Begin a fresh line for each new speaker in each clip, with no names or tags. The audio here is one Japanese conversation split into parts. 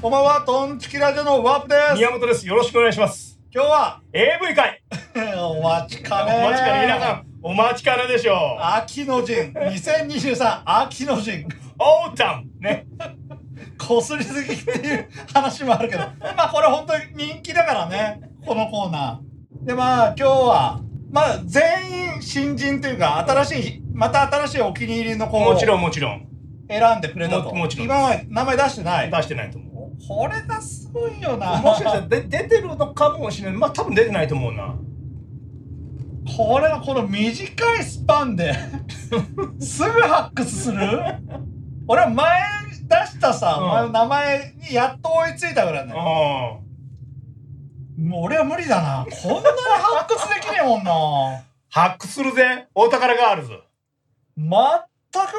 こんばんは、トンチキラジオのワープです。
宮本です。よろしくお願いします。
今日は、
AV 会
お待ちか
お
ね。
待ちかね、皆さん、お待ちかねでしょう。
秋の陣、2023秋の陣、
オータムね。
こすりすぎっていう話もあるけど、まあこれ本当に人気だからね、このコーナー。でまあ今日は、まあ全員新人というか、新しい、また新しいお気に入りの子
も
を
ち
選
ろんもちろん。
んでくれたと。
ももちろん
今まで名前出してない。
出してないと思う。
これがすごいよな。
もしかしたらで出てるのかもしれない。まあ多分出てないと思うな。
これはこの短いスパンですぐ発掘する俺は前出したさ、
うん
お前の名前にやっと追いついたぐらいだよ、
あ
もう俺は無理だなこんなに発掘できねえもんな
発掘するぜ、お宝ガールズ。
全く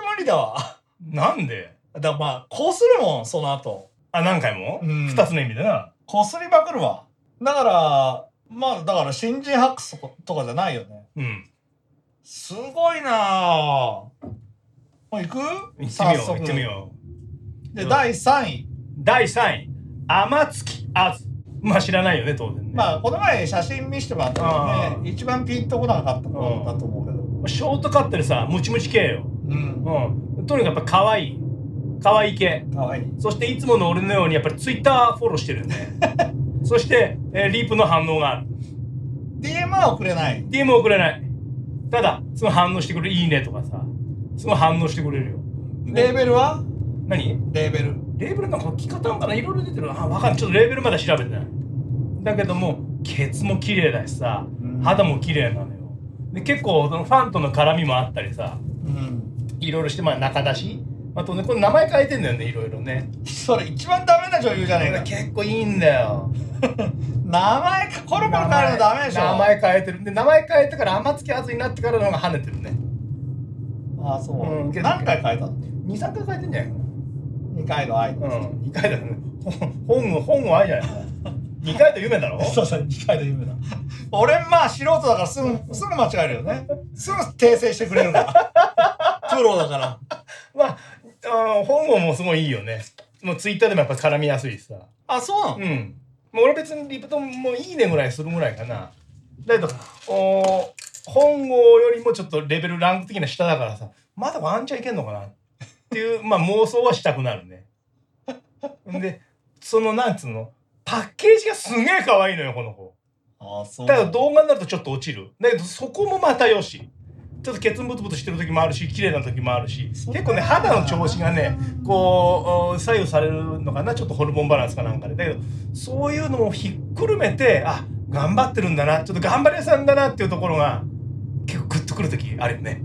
無理だわ
なんで
だからまあこうするもんその後
あ、何回も
うん
二つの意味でな。
こすりまくるわだからまあだから新人発掘とかとかじゃないよね
うん。
すごいなあもう行く
行ってみよ
早
う、
速
行ってみよう。
で第3位
第3位、天月あず。まあ知らないよね、当然ね。
まあこの前写真見せてもらったけど
うん
ね一番ピンとこなかったのだと思うけど
ショートカットでさ、ムチムチ系よ。
うん
うん。とにかくやっぱ可愛い。可愛い系。
かわいい
そしていつもの俺のようにやっぱりツイッターフォローしてるよね。そして、えーリープの反応がある。
DM は送れない
DM を送れない。ただ、その反応してくれる、いいねとかさ、その反応してくれるよ。
レーベルは
何
レーベル
レーベルなんか書き方なんかないろいろ出てるな。あ、わかんない。ちょっとレーベルまだ調べてない。だけども、ケツも綺麗だしさ
うん、
肌も綺麗なのよ。で、結構、そのファンとの絡みもあったりさ、
うん
いろいろして、まあ仲出し。まあ当然、これ名前変えてんだよね、いろいろね。
それ一番ダメな女優じゃねえか
結構いいんだよ。
名前かコロコロ変えるのダメでしょ
名前変えてるで名前変えてから天月あずになってからの方が跳ねてるね
ああそううん何回変えたの
23回変えてんじゃないか
2回の愛
なうん2回だよね本を本を愛じゃないかな2回と夢だ ろ
そうそう2回の夢だ俺まあ素人だからすぐすぐ間違えるよねすぐ訂正してくれるから プロだから
まああー本をもすごいいいよねもうツイッターでもやっぱ絡みやすいしさ
あそうなの
うんもう俺別にリプトンもいいねぐらいするぐらいかなだけどお本郷よりもちょっとレベルランク的な下だからさまだワンチャンいけんのかなっていう、 まあ、妄想はしたくなるねでそのなんつうのパッケージがすげえ可愛いのよこの子
ああそう
た
な
だ
の
動画になるとちょっと落ちるだけどそこもまたよしちょっとケツンブツブツしてる時もあるし綺麗な時もあるし
そう
結構ね肌の調子がねこうお左右されるのかなちょっとホルモンバランスかなんかでだけどそういうのもひっくるめてあ頑張ってるんだなちょっと頑張り屋さんだなっていうところが結構グッとくる時あるよね。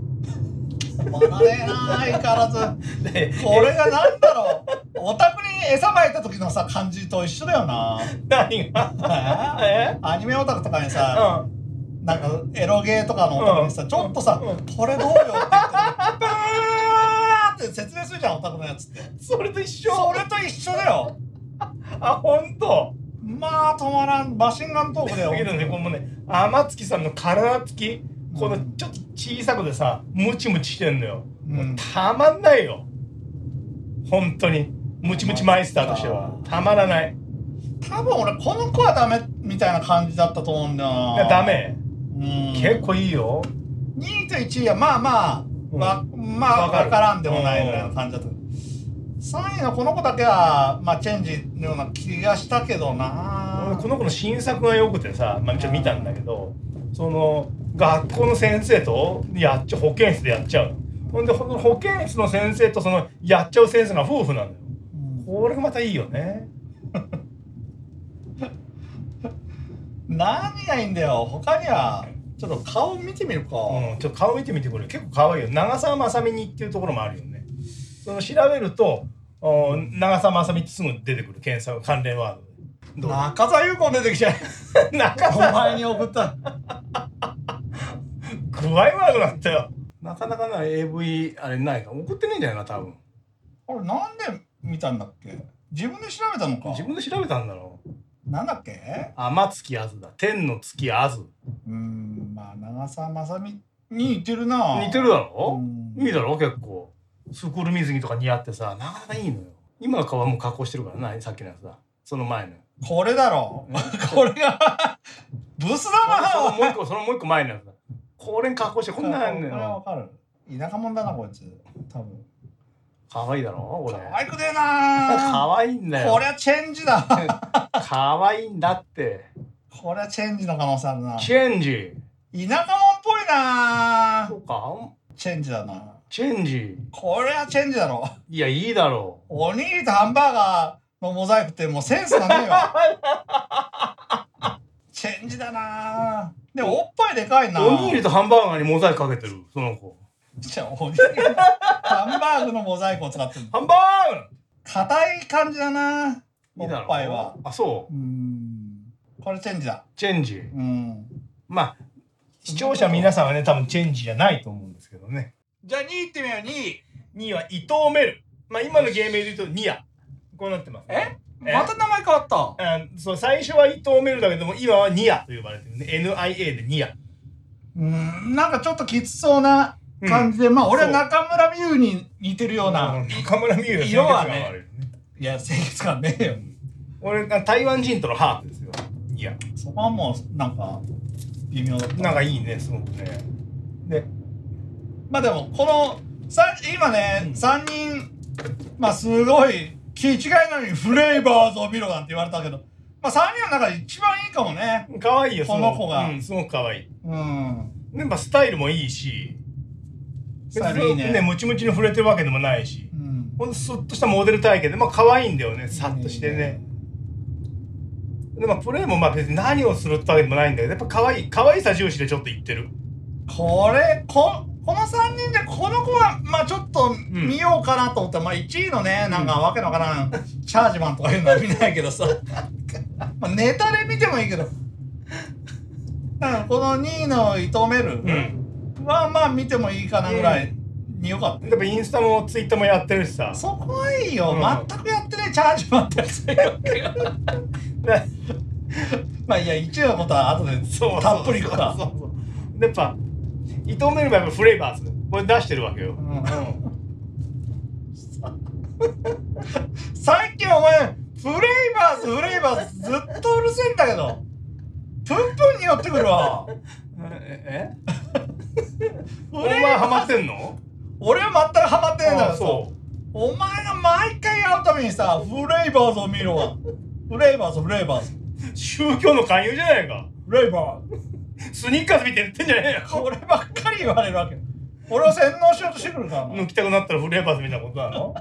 まだねえな相変わらず
で
これがなんだろうお宅に餌まいた時のさ感じと一緒だよな
何がえ
アニメオタクとかに
う
さ、
ん
なんかエロゲーとかのオタクにさ、
うん
ちょっとさ、
うん
これどうよって言ってバーって説明するじゃんオタクのやつって
それと一緒
それと一緒だよ
あ本当
まあ止まらんマシンガントークだよ
だけどねこのね天月さんの体つきこのちょっと小さくでさムチムチしてんのよ、
うん
たまんないよ本当にムチムチマイスターとしてはたまらない
多分俺この子はダメみたいな感じだったと思うんだよ
いや
な
ダメ
うん
結構いいよ
2位と1位はまあまあ、
うん
わまあ
わかる
分からんでもないぐらいの感じだった、3位のこの子だけはまあチェンジのような気がしたけどな
俺この子の新作が良くてさ、まあ、ちょっと見たんだけどその学校の先生とやっちゃ保健室でやっちゃうのほんでほんと保健室の先生とそのやっちゃう先生が夫婦なのよ
うん
これがまたいいよね
何がいいんだよ他にはちょっと顔見てみるか、
うん、ちょっと顔見てみてこれ結構可愛いよ長澤まさみにっていうところもあるよねその調べるとお長澤まさみってすぐ出てくる検索関連ワードでどう
中澤優子出てきちゃう
中
お
澤
前に送った
具合悪くなったよなかなかな AV あれないか送ってねえんじゃないかな多分
あれなんで見たんだっけ自分で調べたのか
自分で調べたんだろう
なんだっけ
天月あずだ天の月あず
うんまあ長澤まさみに似てるな
似てるだ
う
ろ
ん
いいだろ結構スクール水着とか似合ってさなかなかいいのよ今の顔はもう加工してるからなさっきのやつだその前の
これだ ろう。 これがブスだ
その
な。
もう一個そのもう一個前のやつだこれに加工してこんなんあんねん
これはわ
か
かる。田舎者だなこいつ。多分。
わいいだろこれ
可愛くねえ
か
な。
わいいんだよ
これはチェンジだ。
かわいいんだって
これはチェンジの可能性あるな。田
チェンジ
舎者っぽいな
そ。うか
チェンジだな。
チェンジ
これはチェンジだろ。
いやいいだろう
おにぎりとハンバーガーのモザイクってもうセンスがねえ わ。チェンジだな。でもおっぱいでかいな。
おにぎりとハンバーガーにモザイクかけてるその子
じゃあおにぎりのハンバーグのモザイクを使ってる。
ハンバーグ
硬い感じだな。おっ
だろ
ぱいは。
あそうう
ん。これチェンジだ。
チェンジ
うん。
まあ視聴者皆さんはね多分チェンジじゃないと思うんですけどねじゃあ2位ってみよう2位2位は伊藤メルまあ今の芸名で言うとニアこうなってますねえ
また名前変わった。
あそう最初は伊藤メルだけども今はニアと呼ばれてるね NIA でニア
うん。なんかちょっときつそうな感じで、まあ俺は中村美優に似てるような。
中村美優が
色はね
清潔感悪いよね
いや、清潔感ねえよ。
俺が台湾人とのハーフですよニア
そこはもうなんか微妙だった。
なんかいいねすごくねで
まあでもこのさ今ね、
うん
3人まあすごい気違いなのにフレーバーズを見ろなんて言われたけどまあ3人の中で一番いいかもね
可愛いよ
この子が
うん、すごく可愛い
うん
やっぱスタイルもいいし
スタイルいいね
別にムチムチに触れてるわけでもないし
うん
ほんとスッとしたモデル体型でまあ可愛いんだよねさっとしてねでまあプレーもまあ別に何をするってわけでもないんだけどやっぱ可愛い可愛さ重視でちょっといってる
これここの3人でこの子はまあちょっと
ん
見ようかなと思ったら、まあ1位のねなんかわけのわからん、チャージマンとかいうのは見ないけど さまあネタで見てもいいけどだからこの2位の伊藤メル、
ん
はまあ見てもいいかなぐらいによかった、
やっぱインスタもツイッターもやってるしさ
そこはいいよ、
うん
全くやってねえチャージマンってやつだよ
で
まあいや一応のことは後で
そうそう
たっぷり行くか
そうそうそうでやっぱ伊藤メルバやっぱフレーバーズこれ出してるわけよ、
ん
うん
さっきお前フレイバーズフレイバーズずっとうるせえんだけどプンプンに寄ってくるわ
ええ
フ
お
レイ
前ハマってんの
俺は全くハマってねえんだから
あ
さ
そ
お前が毎回会うためにさフレイバーズを見ろわフレイバーズフレイバーズ
う宗教の勧誘じゃないか
フレイバーズ
スニッカーズ見て言ってんじゃね
こればっかり言われるわけ俺を洗脳しようとしてくるから
え
な
よ抜きたくなったらフレーバーズみたいなことなの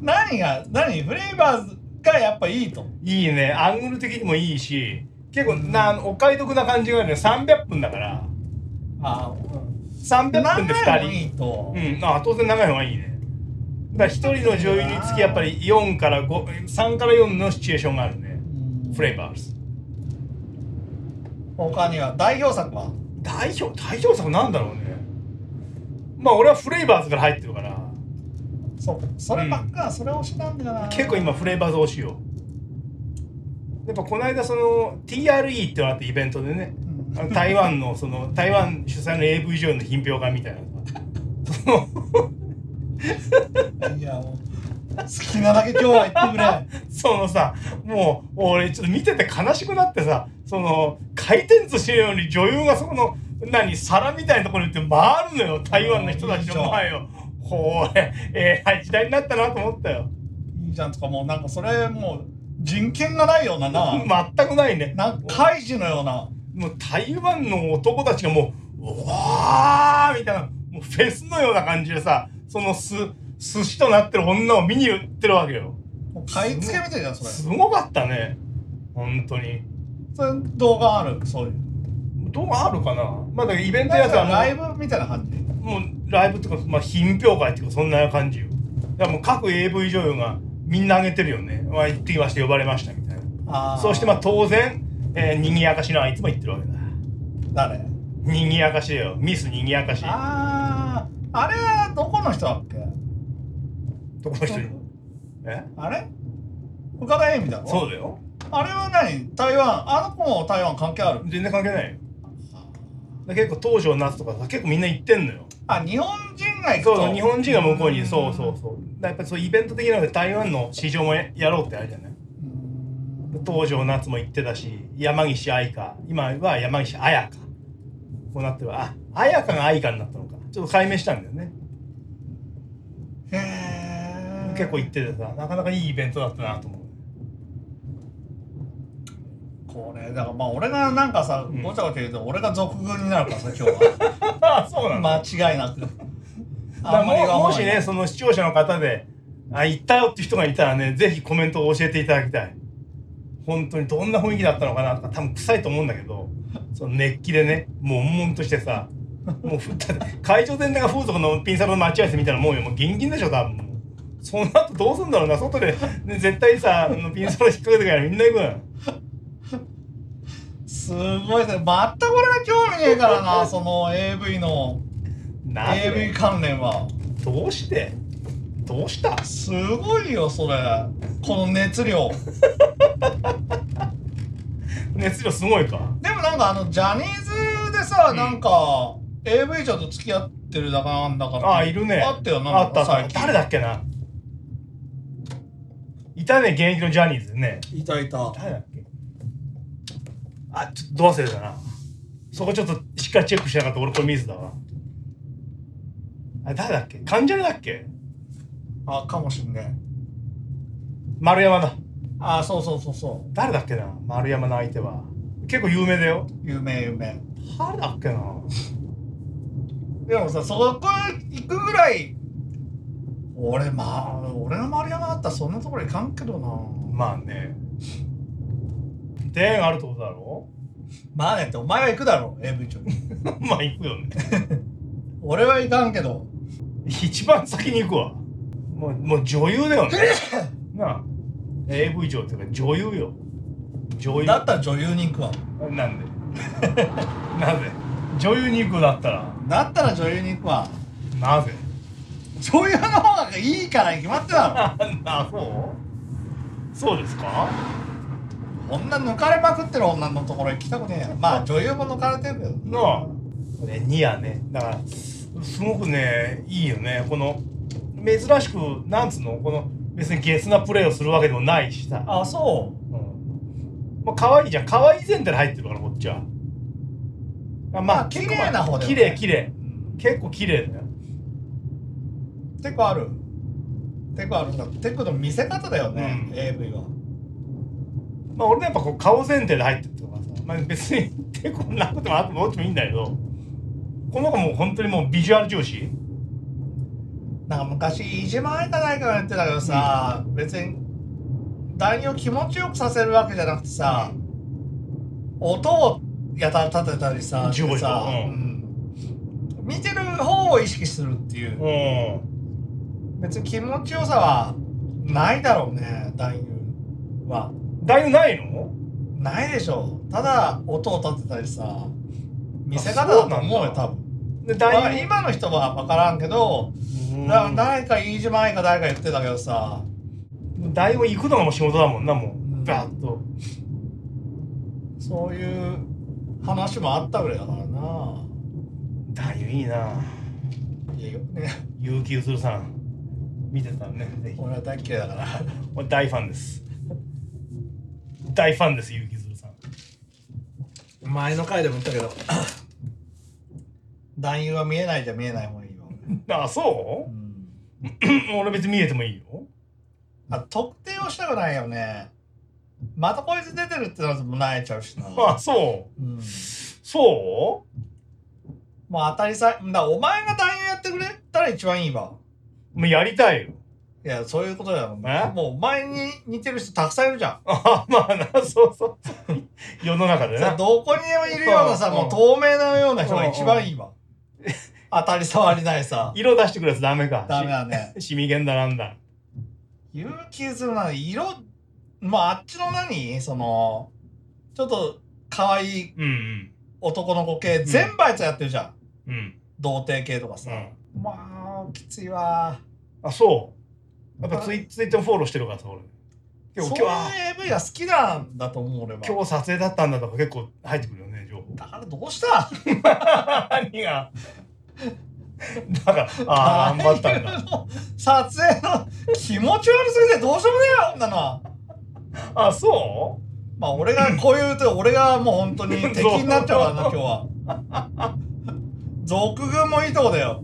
何が何フレーバーズがやっぱいいと
いいねアングル的にもいいし結構なお買い得な感じがあるね300分だから
あ
300分で2
長い
人
もいいと、
うん、あ当然長い方がいいねだから1人の女優につきやっぱり4から53から4のシチュエーションがあるね
うん
フレーバーズ
他には代表作は
代表代表作なんだろうねまあ俺はフレーバーズから入ってるから
そうそればっか、それ推しなんだよな
結構今フレーバーズ推しよやっぱこの間その TRE ってのがあってイベントでね
うん
あの台湾のその台湾主催の AV 女優の品評会みたいなのがその
いやもう好きなだけ今日は言ってくれ
そのさもう俺ちょっと見てて悲しくなってさその回転寿司のように女優がそこの何皿みたいなところに行って回るのよ台湾の人たちの前をこれえらい時代になったなと思ったよ
いいじゃんとかもうなんかそれもう人権がないようなな
全くないね
なんか怪獣のような
もう台湾の男たちがもう「うわー!」みたいなもうフェスのような感じでさそのす寿司となってる女を見に行ってるわけよ
もう買い付けみたいじゃんそれ
すごかったね本当に
それ動画あるそういう
どうあるかなまあだからイベント
な
や
ん
つは
か
もう
ライブみたいな感じ
もうライブっていうか、まあ、品評会っていうかそんな感じよだからもう各 AV 女優がみんな上げてるよね「まあ、行ってきまして呼ばれました」みたいな
あー
そうしてまあ当然、えー、にぎやかしのあいつも言ってるわけだ
誰
にぎやかしだよミスにぎやかし
あああれはどこの人だっけ
どこの人にえ
あれ岡田栄美だろ
そうだよ
あれは何台湾あの子も台湾関係ある
全然関係ないよだから結構東條夏とかさ結構みんな行ってんのよ
あ日本人が行く
そ
と
うそう日本人が向こうにそうそうそうだからやっぱりそうイベント的なので台湾の市場もややろうってあれじゃない東条夏も行ってたし山岸愛香今は山岸彩香こうなってるあ彩香が愛香になったのかちょっと解明したんだよね
へー
結構行っててさなかなかいいイベントだったなと思う
これだからまあ俺がなんかさ
うん
ごちゃごちゃ言うと俺が俗軍になるからさ今日は
あそう なんだ
間違いなく
だからも
りが
も
思
し
い
ねその視聴者の方であ行ったよって人がいたらねぜひコメントを教えていただきたい本当にどんな雰囲気だったのかなとか多分臭いと思うんだけどその熱気でねもう悶々としてさもうふった会場全体が風俗のピンサロの待ち合わせみたいなもんよもうギンギンでしょ多分その後どうすんだろうな外で、ね、絶対さあのピンサロ引っ掛けてからみんな行くのよ
すごいですね全く俺が興味ねえから なその AV の
なぜ
AV 関連は
どうしてどうした
すごいよそれこの熱量
熱量すごいか
でもなんかあのジャニーズでさ、
うん
なんか AV ちゃんと付き合ってるだかなんだから
ああいるね
あったよな
あった
最
最
近
近誰だっけないたね現役のジャニーズね
いたいた
誰だっけあちょっとど忘れだなそこちょっとしっかりチェックしなかった俺これミスだわあ誰だっけ関ジャニだっけ
あかもしんね
丸山だ
ああそうそうそうそ
誰だっけな丸山の相手は結構有名だよ
う有名有名
誰だっけな
でもさそこ行くぐらい俺まあ俺の丸山だったらそんなところ行かんけどな
まあね出会いがあるってことだろ
まあねってお前は行くだろ AV ちゃんに
まあ行くよね
俺は行かんけど
一番先に行くわもうもう女優だ よねなあ AV 女っていうか女優よ女優
だったら女優に行くわ
なんで なぜ女優に行くだったら
だったら女優に行くわ
なぜ
女優の方がいいからに決まってたの
あそうそうですか
女抜かれまくってる女のところに来たことねえやまあ女優も抜かれてるけど
なあねニアねだからすごくねいいよねこの珍しくなんつうのこの別にゲスなプレーをするわけでもないしさ
あそ
うんまあ可愛いじゃん可愛い前提で入ってるからこっちはあま
まあ綺麗な方だよね
綺麗綺麗
う
結構綺麗だよ
テクあるテクあるんだテクの見せ方だよね、
うん
AV は
まあ俺もやっぱこう顔前提で入ってるとかさ、まあ、別に抵抗なくてもあってもどっちもいいんだけどこの子もう本当にもうビジュアル重視
なんか昔いじまいかないかが言ってたけどさ、別に男優を気持ちよくさせるわけじゃなくてさ、音をやたら立てたりさ
ジョイ
してさ、
うん
うん見てる方を意識するっていう、
うん
別に気持ちよさはないだろうね男優は
だいぶないの
ないでしょうただ音を立てたりさ見せ方だと思うよ多分
で
まあ
だい
今の人は分からんけど、
ぶ
だ誰か飯島愛か誰か言ってたけどさ
だいぶ行くのがもう仕事だもんなも
うん
うバーッと
そういう話もあったぐらいだからな
だいぶいいない
やよくね
結城ゆずるさん見てたらねぜひ
俺は大嫌いだから
俺大ファンです大ファンです結城ずるさん
前の回でも言ったけど 男優は見えないじゃ見えない方がいいよ、
あそうう
ん、
俺別に見えてもいいよ
あ特定をしたくないよねまたこいつ出てるってなるともう慣れちゃうしな、
あそう
うん
そ
もう当たりさだお前が男優やってくれたら一番いいわ
うもうやりたいよ
いやそういうことだよ
え
もうお前に似てる人たくさんいるじゃん
あまあなそうそうそう世の中で
さ
な
どこにでもいるようなさ
うん
もう透明のような人が一番いいわ当たり障りない さ
色出してくるやつダメか
ダメだね
しシミゲンだなんだ
勇気するな色まああっちの何そのちょっと可愛い
うん
男の子系、
ん
全部あいつやってるじゃん
うんうん
童貞系とかさ、まあきついわ
あそうやっぱツイツイッターフォローしてるからさ俺
そういう
今日今日あ
AV が好きなんだと思う俺は
今日撮影だったんだとか結構入ってくるよね情報
だからどうした
何がだからああ頑張ったんだ
撮影の気持ち悪すぎてどうしようもねえよ、女の。
あそう
まあ俺 がこういうと俺がもう本当に敵になっちゃうからな今日は。俗軍もいいとこだよ。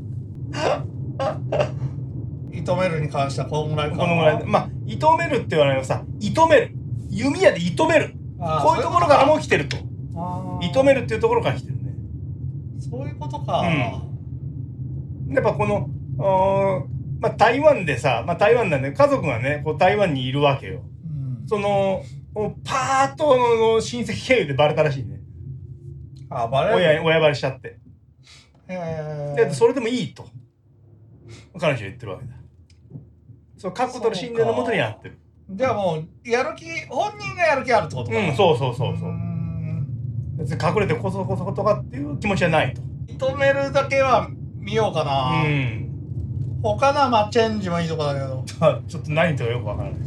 射止めるに関してはこのぐらいかな。
このぐらいでまあ射止めるって言われればさ射止める弓矢で射止める
あー
こういうところからも来てると
あー
射止めるっていうところから来てるね
そういうことか。
うやっぱこのあーまあ、台湾でさ、まあ、台湾なんで家族がねこう台湾にいるわけよ
うん
そのおパーッとあの親戚経由でバレたらしいね
あバレる。
親親バレしちゃって
へ
だっ
ー
てそれでもいいと彼女は言ってるわけだそう確固たる信念のもとにやってる
じゃあもうやる気本人がやる気あるってことか。
うんそうそうそうそ
ー
ううん別に隠れてこそこそとかっていう気持ちはないと
射止めるだけは見ようか
う
な。
ん
他のはまあチェンジもいいとこだけど。
あちょっと何とかよくわからない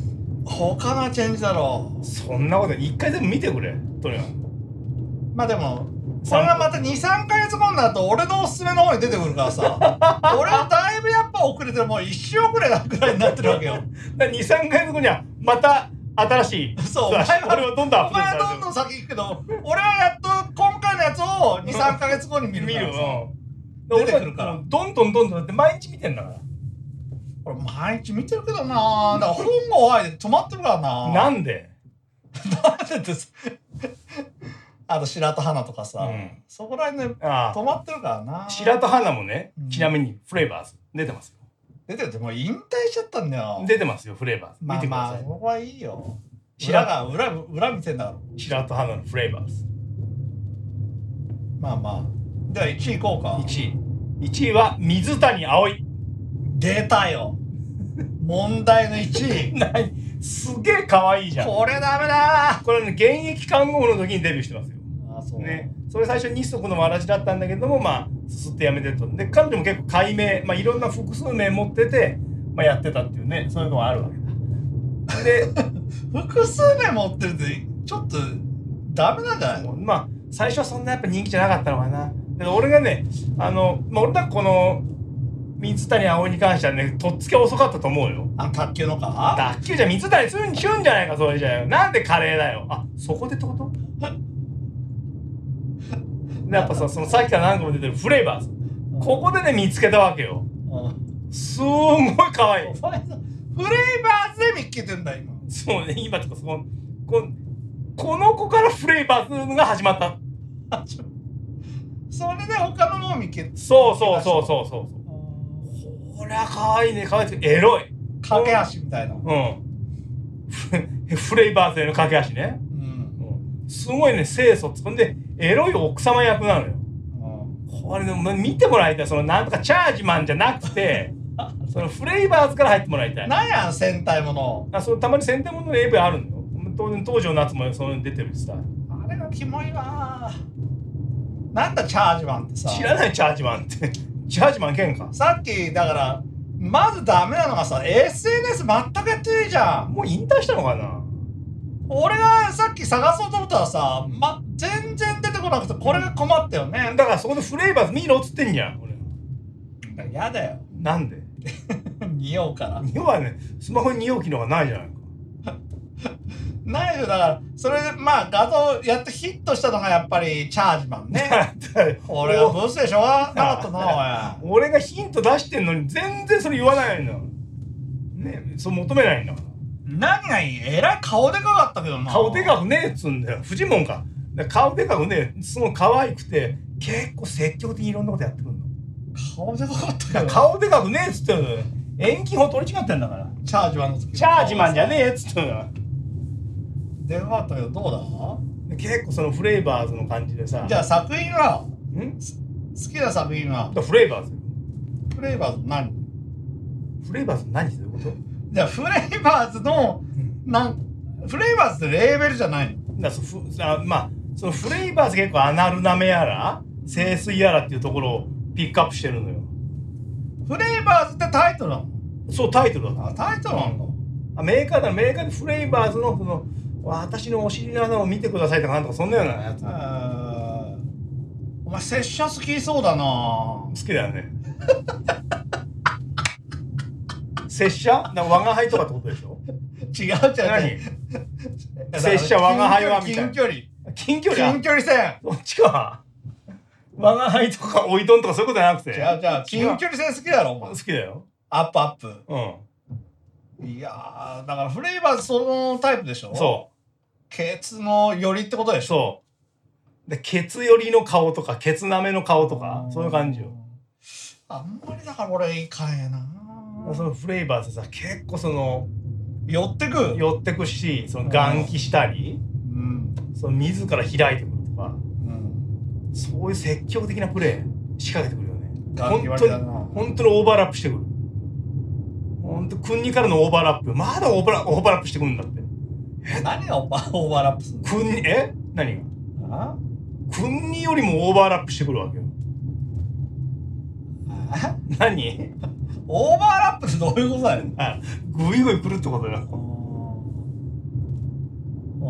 他のはチェンジだろう。
そんなこと一回でも見てくれとにかく
まあでもこれがまた23か月後になると俺のおすすめの方に出てくるから さ俺はだいぶやっぱ遅れてるもう一周遅れだぐらいになってるわけよ
23回の後にはまた新しい
そうお前は
これをどんどんアッ
お
プデー
前
ト
はどんどん先行くけど俺はやっと今回のやつを23か月後に見る
見
か
る
らさ
よ
出てくるから
俺はどんどんどんどんだって毎日見てんだか
俺毎日見てるけどなだから本が多いで止まってるから
ら
な
な
なん
んで
でってさ あと白戸花とかさ、
うん
そこら辺で
あ
止まってるからな
あ白戸花もね
うん
ちなみにフレーバーズ出てますよ
出てるってもう引退しちゃったんだよ
出てますよフレーバーズ
ま
見
あ
てくだ
まあ
さい
そこはいいよ
白
裏が裏裏見てんだろ
白戸花のフレーバーズ
まあまあでは1位いこうか
1位1位は水谷葵
出たよ問題の1 位
何すげえ可愛いじゃん
これダメだ
これね現役看護婦の時にデビューしてますよ
あそう
ね、それ最初二足のわらじだったんだけどもまあすすってやめてとで彼女も結構解明、まあ、いろんな複数名持ってて、まあ、やってたっていうねそういうのがあるわけだで
複数名持ってるってちょっとダメなんじゃないの
まあ最初はそんなやっぱ人気じゃなかったのかなで俺がねあの、まあ、俺なんかこの水谷葵に関してはねとっつけ遅かったと思うよ
あ卓球のか
卓球じゃ水谷すんきゅんじゃないかそれじゃよなんでカレーだよあそこでってこと やっぱさそのさっきから何個も出てるフレーバーズここでね見つけたわけよ
うん
すんごい可愛い
お前さフレーバーズで見っけてんだ今
そうね今とかそのここの子からフレーバーズが始まった
あちょそれで他のもん見っけて
そうそうそうそうそうそうこりゃ可愛いね可愛いですエロい
駆け足みたいな
うんフレフレーバーズへの架け橋ね、
うん
うん、すごいね清楚つんでエロい奥様役なのよ
うん
これでも見てもらいたいそのなんとかチャージマンじゃなくて そのフレーバーズから入ってもらいたい
なんや戦隊もの
あそのたまに先手ものの AV あるのよ当然東条夏もその出てるしさ
あれがキモいわなんだチャージマンってさ
知らないチャージマンってチャージマンけんか
さっきだからまずダメなのがさ SNS 全くやってねえじゃん
もう引退したのかな
俺がさっき探そうと思ったらさ、ま、全然出てこなくてこれが困ったよね
だからそこでフレーバーズ見ろっつってんじゃん俺
やだよ
なんで
匂うから
要はねスマホに匂う機能がないじ ゃないか
ないよだからそれでまあ画像やってヒットしたのがやっぱりチャージマン ね俺はブスでしょうがなかったなおい
俺がヒント出してんのに全然それ言わないのよねそう求めないんだから
何がいいえらい顔でかかったけどな
顔でかくねえっつうんだよフジモンかだから顔でかくねえすごい可愛くて結構積極的にいろんなことやってくるの
顔でかかったけど
だから
な
顔でかくねえっつってんのよ遠近法取り違ってんだから
チャージマンの時
チャージマンじゃねえっつってんのよ
出なかったけどど
で結構そのフレーバーズの感じでさ
うだじゃあ作品は
んだ
好きな作品は
からフレーバーズ
フレーバーズ何
フレーバーズ何することだか
じゃあフレーバーズのなんフレーバーズってレーベルじゃないの
らそふあまあそのフレーバーズ結構アナルナメやら清水やらっていうところをピックアップしてるのよ
フレーバーズってタイトルなの
そうタイトルだった
あタイトルなんだ
あメーカーだメーカーでフレーバーズのその私のお尻の穴を見てくださいとかなんとかそんなようなやつ
えーお前拙者好きそうだな
好きだよね 拙者な我が輩とかってことでしょ
違うじゃん。だか
何
ら
拙者我が輩はみたい
近
な
距離。
近距
近距
離
離
あ
戦。
どっちか我が輩とかおいとんとかそういうことじゃなくて
違うじゃん。近距離戦好きだろ、お前
好。きだよ
アップアップ。
うん
いやー、だからフレーバーそのタイプでしょ。
そう
ケツの寄りってことで
う
しょ
そうでケツ寄りの顔とかケツなめの顔とかそういう感じよ。
あんまりだから俺いかんやな。
そのフレーバーってさ結構その
寄ってく。
寄ってくしその眼気したり
うん。
その自ら開いてくると
う
か
ん。
そういう積極的なプレー仕掛けてくるよね
ガン言われたな。
本当にオーバーラップしてくる本当国からのオーバーラップまだオーバーラオーバーラップしてくるんだって
何がオーバーオーバーラップするんだ
国え何が
あ
国よりもオーバーラップしてくるわけよ
あ
何
オーバーラップってどういうことだよ。
あグイグイ来るってことよ
ほ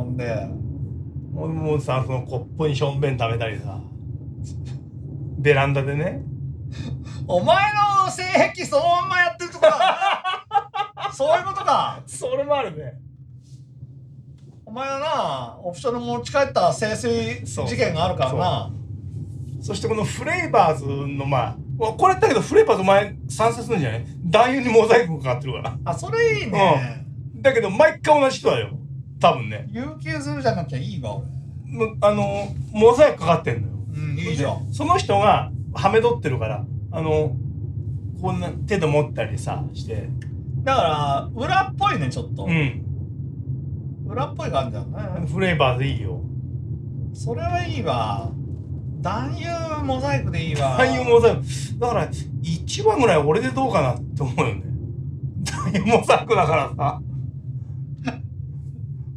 んで、
もうもうさそのコップにしょんべん食べたりさベランダでね
お前の性癖そのまんまやってるとか、 そういうことか。
それもあるね
お前はな、オプションの持ち帰った清水事件があるからな。
そしてこのフレーバーズのまあわこれだけどフレーバーズお前参戦するんじゃない男優にモザイクかかってるから
あ、それいいね。
だけど毎回同じ人だよ多分ね
有給するじゃなきゃいいわ、俺。
むあのモザイクかかってんのよ
うん、いいじゃん。
その人がはめ取ってるからあのこんな手で持ったりさして
だから、裏っぽいね、ちょっと。
うん
裏っぽい感じだね。
フレーバーズいいよ
それはいいわ。男優モザイクでいいわ。
男優モザイクだから1話ぐらい俺でどうかなって思うよね男優モザイクだからさ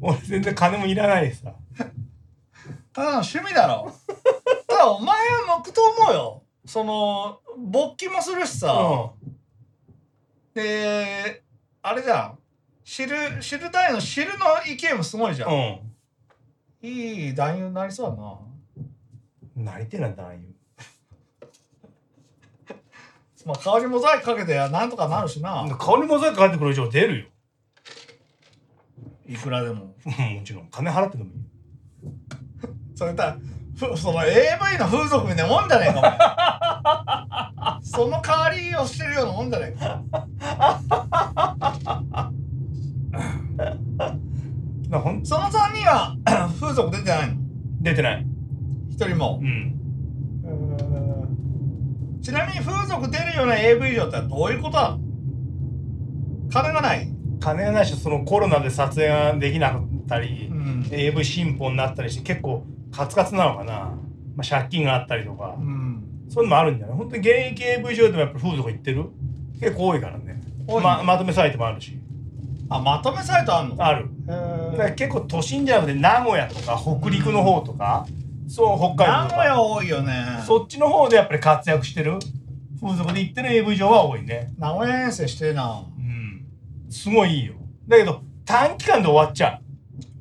俺全然金もいらないでさ
ただの趣味だ ろただお前は向くと思うよその勃起もするしさ、
う
であれじゃん汁汁単位の汁の勢いもすごいじゃん、
ん
いい男優になりそうだな
うんなりてえな男優
まあ顔にモザイクかけてなんとかなるしな、
顔にモザイクかかってくる以上出るよ
いくらでも
うんもちろん金払ってでもいい
それたふその AV の風俗みたいなもんじゃねえかお 前その代わりをしてるようなもんじゃねえか
だからほん
その3人は 風俗出てないの
出てない
一人も
うん
ちなみに風俗出るような AV 嬢ってどういうことなの金がない、
金がないしそのコロナで撮影ができなかったり、
ん
AV 新法になったりして結構カツカツなのかな、まあ、借金があったりとか、
うん、
そういうのもあるんじゃない本当に現役 AV 上でもやっぱり風俗行ってる結構多いからね
多いね
ままとめサイトもあるし
あまとめサイトあんの
あるだから
へ
結構都心じゃなくて名古屋とか北陸の方とか、そう北
名
海道と
古屋
か
多いよね
そっちの方でやっぱり活躍してる風俗で行ってる AV 上は多いね
名古屋遠征してるな
うんすごいいいよだけど短期間で終わっちゃ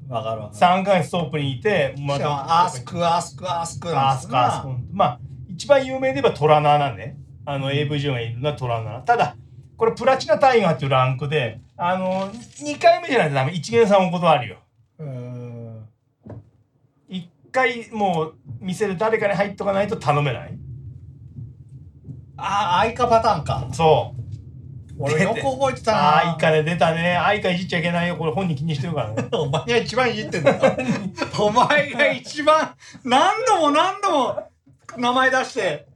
う
わかるわか
3ヶ月トップにいて
るしかもアスクアスクアスクなん
あ
ですよ
そこあそ
な
こまあ一番有名で言えばトラナーなんであの AV 女優がいるのはトラナーただこれプラチナタイガーっていうランクであの2回目じゃないとダメ一元さんお断るよ
うん
1回もう店で誰かに入っとかないと頼めない
あ相方パターンか
そう
俺よく覚えてたな
ああいいかね出たねあいかいじっちゃいけないよこれ本人気にしてるからね
お前が一番いじってんだよお前が一番何度も何度も名前出して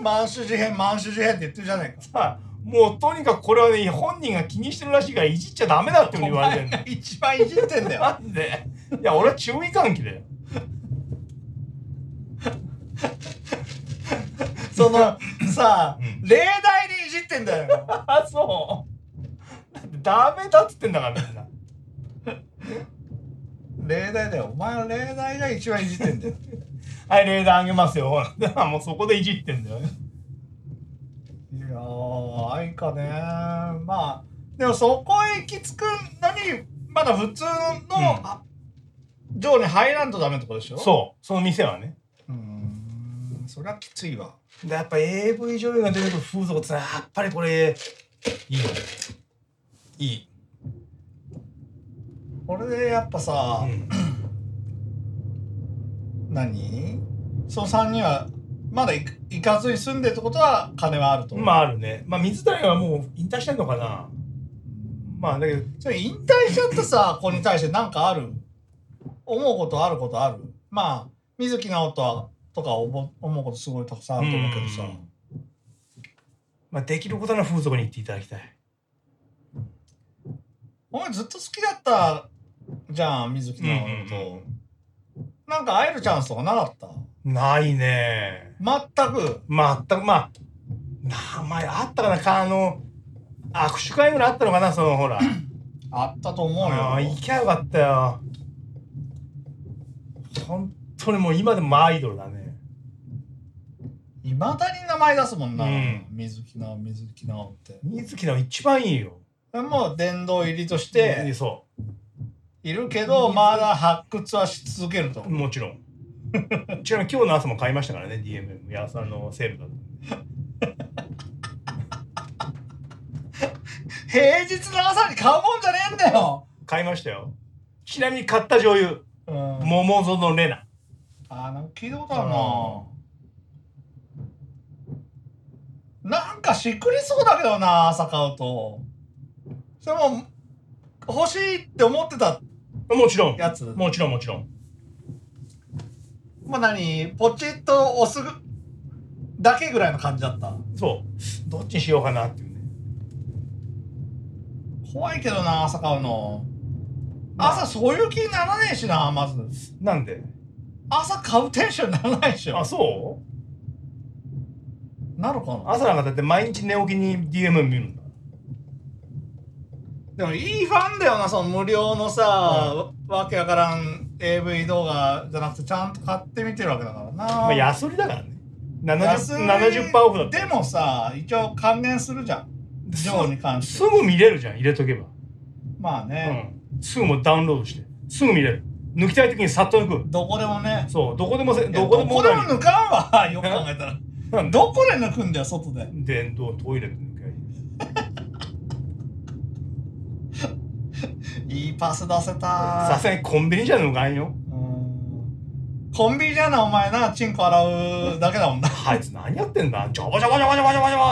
満州事変満州事変って言ってるじゃないか
さあもうとにかくこれはね本人が気にしてるらしいからいじっちゃダメだっていうふうに
お
言われて
前
る
が
の
一番いじってんだよ
なんでいや俺は注意喚起だよ
そのさあ、
うん
例題でいじってんだよ
あそうだってダメだっつってんだからみんな
例題だよお前の例題が一番いじってんだよ
はいレーダーあげますよほらだからもうそこでいじってんだよね
いやー愛かねまあでもそこへ行き着くのにまだ普通の、上に入らんとダメってことでしょ
そうその店はね
うーんそれはきついわ
でやっぱ AV 女優が出てくる風俗ってのはやっぱりこれいいよいい、
これでやっぱさ、
うん
何その3人はまだ行く行かずに住んでるってことは金はあると
まああるねまあ水谷はもう引退してんのかなまあだけど
それ引退しちゃったさ子に対して何かある思うことあることあるまあ水木直人はとか思う思うことすごいたくさんあると思うけどさ、
うんまあできることなら風俗に行っていただきたい
お前ずっと好きだったじゃん水木直人と、なんか会えるチャンスとかなかった
ないね
全く
まあ全くまあ名前あったかなかあの握手会ぐらいあったのかなそのほら
あったと思う
ああ
よ
行きゃよかったよ本当にもう今でもアイドルだね
いまだに名前出すもんな、
うん
水木直水木直って
水木の一番いいよ
もう殿堂入りとして
そ
いるけどまだ発掘はし続けると
うもちろん ちなみに今日の朝も買いましたからね DMM いやあのセールだった
平日の朝に買うもんじゃねえんだよ、
買いましたよちなみに買った女優
うん、
桃園玲奈
あなんか聞いたことあるな、なんかしっくりそうだけどな朝買うとそれも欲しいって思ってた
もちろん
やつ
もちろんもちろん
まあ何ポチッと押すだけぐらいの感じだった
そうどっちにしようかなっていうね
怖いけどな朝買うの朝そういう気にならねえしなまず
なんで
朝買うテンションにならないでしょ
あそう
なるかな
朝なんかだって毎日寝起きに DMM 見るんだ
でもいいファンだよなその無料のさ、わけわからん AV 動画じゃなくてちゃんと買ってみてるわけだからな、
まあ安売りだからね 70%,
70%
70オフだった
でもさ一応還元するじゃん
す
上に関し
す
て
ぐ見れるじゃん入れとけば、
まあね、
うん、すぐもうダウンロードしてすぐ見れる抜きたい時にさっと抜く
どこでもね
そうどこでもせ
いや
どこでも裏に
抜かんわよく考えたら
なんで
どこで抜くんだよ外で
電動トイレで抜きゃいい
いいパス出せた
さすがにコンビニじゃ抜かんよ
うんコンビニじゃなお前なチンコ洗うだけだもんな
あいつ何やってんだジャバジャバジャバジャバジャバジャバ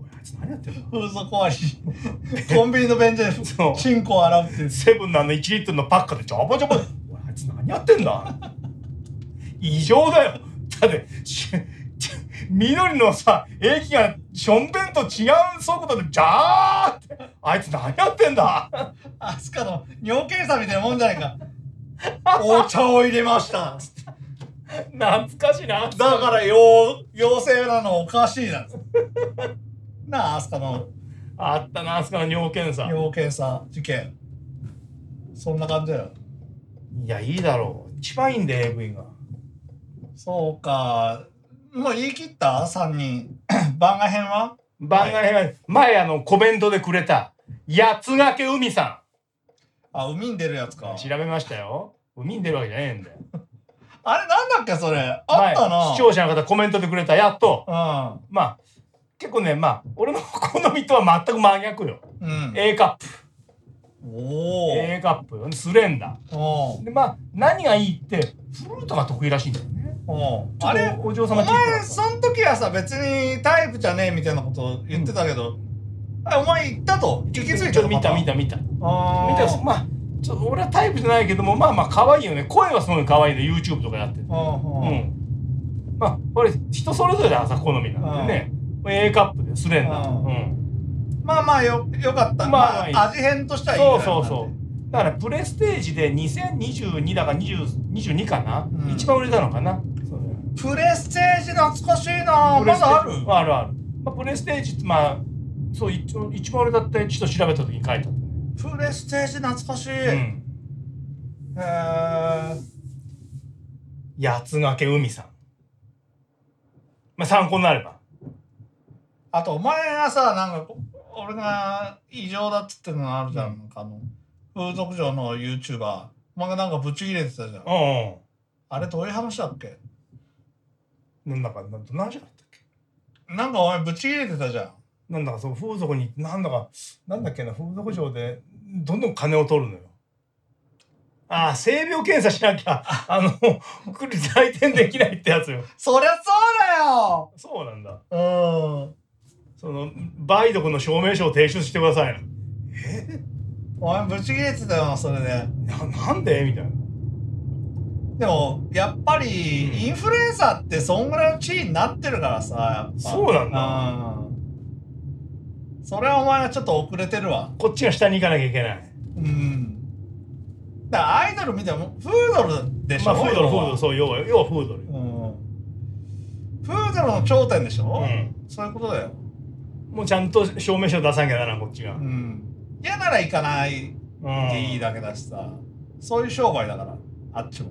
おいあいつ何やってんだ
風俗わり コンビニの便所で
そう
チンコ洗うって
セブンのあの1リットルのパッカでジャバジャバおいあいつ何やってんだ異常だよだってしち緑のさ液がしょんべんと違う速度でジャーってあいつ何やってんだ
あすかの尿検査みたいなもんじゃないかお茶を入れましたつって
懐かしいな
だから陽陽性なのおかしいなつってなああすかの
あったなあそこの尿検査
尿検査事件そんな感じだよ
いやいいだろう一番いいんで AV が
そうかもう言い切った3人 番外編は
番外編は前あのコメントでくれた八ヶけ海さ
あ海に出るやつか
ん調べましたよ海に出るわけじゃねえんだよ
あれなんだっけそれあったな、
前視聴者の方コメントでくれたやっとまあ結構ねまあ俺の好みとは全く真逆よ
うんうん
A カッ
お
プ
お、
A カップよスレンダ
お
ーでまあ何がいいってフルートが得意らしいんだよね
うおう
ちょ
あ
っと
れ
お嬢
お
様チック
前
な
そ
さ
の時はさ別にタイプじゃねえみたいなこと言ってたけど、あお前言ったと聞き
ち
つ
ょ
い
ったと
の
見た見
た
た見た見
あ
たまあちょっと俺はタイプじゃないけどもまあまあ可愛いよね声はすごい可愛いの YouTube とかやってて
あ
う
うん
んまあこれ人それぞれださ好みなんでね A カップでスレンダー
うん
うん
まあまあよよかった、ま
まあ
あ
いい
味変としてはいい
そ
ぐ
う
らい
そ
な
う
ん
そ
で
うだからプレステージで2022だか20 22かな
うん
一番売れたのかなそれ
プレステージ懐かしいなま
プレステ
だある
あるあるまあプレステージってまあそう一応一番売れたってちょっと調べた時に書いて
プレステージ懐かしい、
あるう
へ
ん
え
八ヶけ海さんまあ参考になれば
あとお前がさなんかこ俺が異常だっつってんのあるじゃんなんかあの風俗嬢の YouTuber お前がなんかブチ切れてたじゃん
うんうん
あれどういう話だっけ
なんだかなんと何時だったっけ
なんかお前ぶち切れてたじゃん
なんだかそう風俗に行ってなんだかなんだっけな風俗嬢でどんどん金を取るのよ。ああ性病検査しなきゃあの来る来店できないってやつよ。
そりゃそ
そうなんだ。
うだようん
その梅毒の証明書を提出してくださいな。え
お前ぶち切れてたよそれで
ななんでみたいな。
でもやっぱり
うん
インフルエンサーってそんぐらいの地位になってるからさやっぱ
そうなん
だそれはお前はちょっと遅れてるわ
こっちが下に行かなきゃいけない。
うんだからアイドル見てもフードルでし
ま
ょ
あフードルフードル
そ
そう要は要はフードル。
う、ん、フードルの頂点でしょ、
うん
そういうことだよ
もうちゃんと証明書出さなきゃならんこっち
う
が。
ん嫌なら行かないでいいだけだしさそういう商売だからあっちも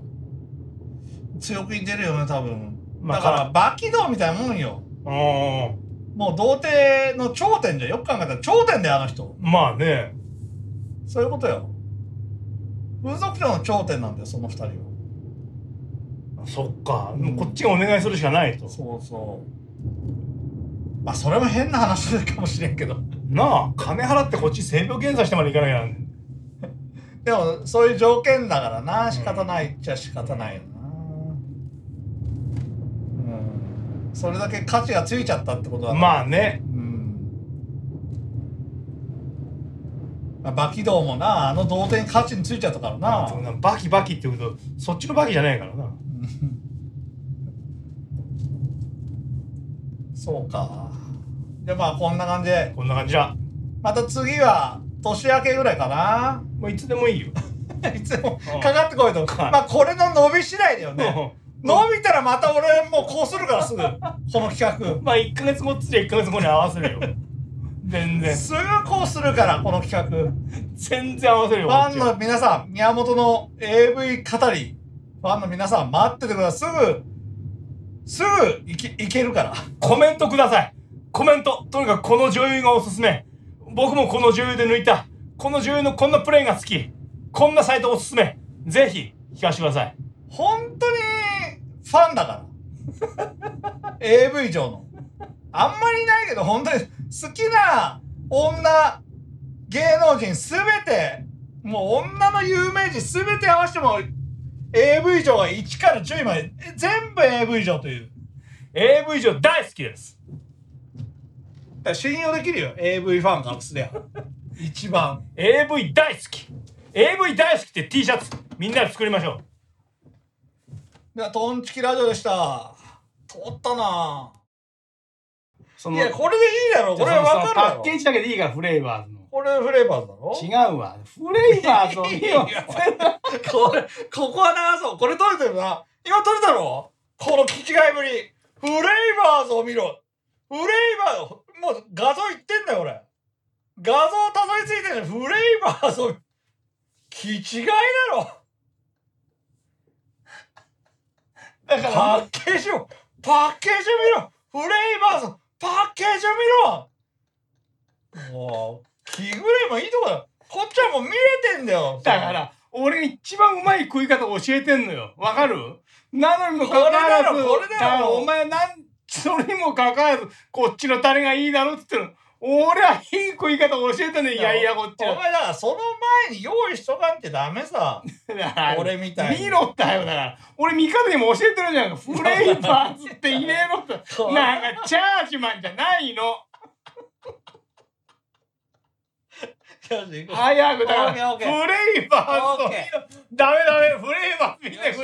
強く言ってるよね多分、
まあ
だからバキドみたいなもんよ
うん。
もう童貞の頂点じゃんよく考えたら頂点だよあの人
まあね。
そういうことよ風俗嬢の頂点なんだよその二人は
そっか、
うん
こっちがお願いするしかないと
そうそうまあそれも変な話かもしれんけど
なあ金払ってこっち性病検査してまで行かなきゃなんねん
でもそういう条件だからな仕方ないっちゃ仕方ないよなうん、それだけ価値がついちゃったってことだあ
まあね
うんまあバキ道もなあの童貞に価値についちゃったからな
でもなバキバキって言うとそっちのバキじゃないからな
そうか。でまあこんな感じで、
こんな感じだ
また次は年明けぐらいか
もういつでもいいよ
な。 いつも
うん
かかってこいと。
はい
まあこれの伸び次第だよね。伸びたらまた俺もうこうするからすぐ、この企画。
まあ1ヶ月後っつりゃ1ヶ月後に合わせ るよ全然
すぐこうするから、この企画。
全然合わせるよ
フ
こっ
ァン
ちは
の皆さん、宮本の AV 語り、ファンの皆さん待っててください。すぐ、すぐいけいけるから。
コメントくださいコメントとにかくこの女優がおすすめ僕もこの女優で抜いたこの女優のこんなプレイが好きこんなサイトおすすめぜひ聞かせてください
本当にファンだから。AV 上の。あんまりいないけど、本当に好きな女、芸能人すべて、もう女の有名人すべて合わせても AV 上は1から10位まで、え全部 AV 上という。
AV 上大好きです
だから信用できるよ、AV ファンからすりゃ。一番。
AV 大好き AV 大好きって T シャツみんなで作りましょう
では、トンチキラジオでした。通ったな
そ
ぁ。
の
いや、これでいいだろ、これ
その
わ
そ
か
のパッ
る
ケ
よ
ー。ジだけでいいからフレーバーズの
これフレーバーズだろ
違うわフレーバーズのいいよ
いやこれ、ここは流そう。これ撮れてるな。今撮れたろこの聞き替えぶり。フレイバーズを見ろ。フレイバーズ、もう画像言ってんだよ、俺。画像たどり着いてるフレイバーズを、気違いだろ。だから、パッケージを、パッケージを見ろ。フレイバーズ、パッケージを見ろ。もう、気ぐれもいいとこだよ。こっちはもう見れてんだよ。
だから俺一番うまい食い方教えてんのよわかるなのにもかかわら
これだ
ず
ろこれだろ
からお前なんそれにもかかわらずこっちのタレがいいだろっつってるの俺はいい食い方教えてんのよいやいやこっち
お
は
前だからその前に用意しとかんってダメ さ
だから
俺みたいに
見ろってはよだから俺見方にも教えてるじゃんフレーバーズって入れろって
そう
なんかチャージマンじゃないの
よし行こう
早くだか
オ
ら
ッケーオッケー
フレーバーズを見ろダメダメフレーバーズ見てく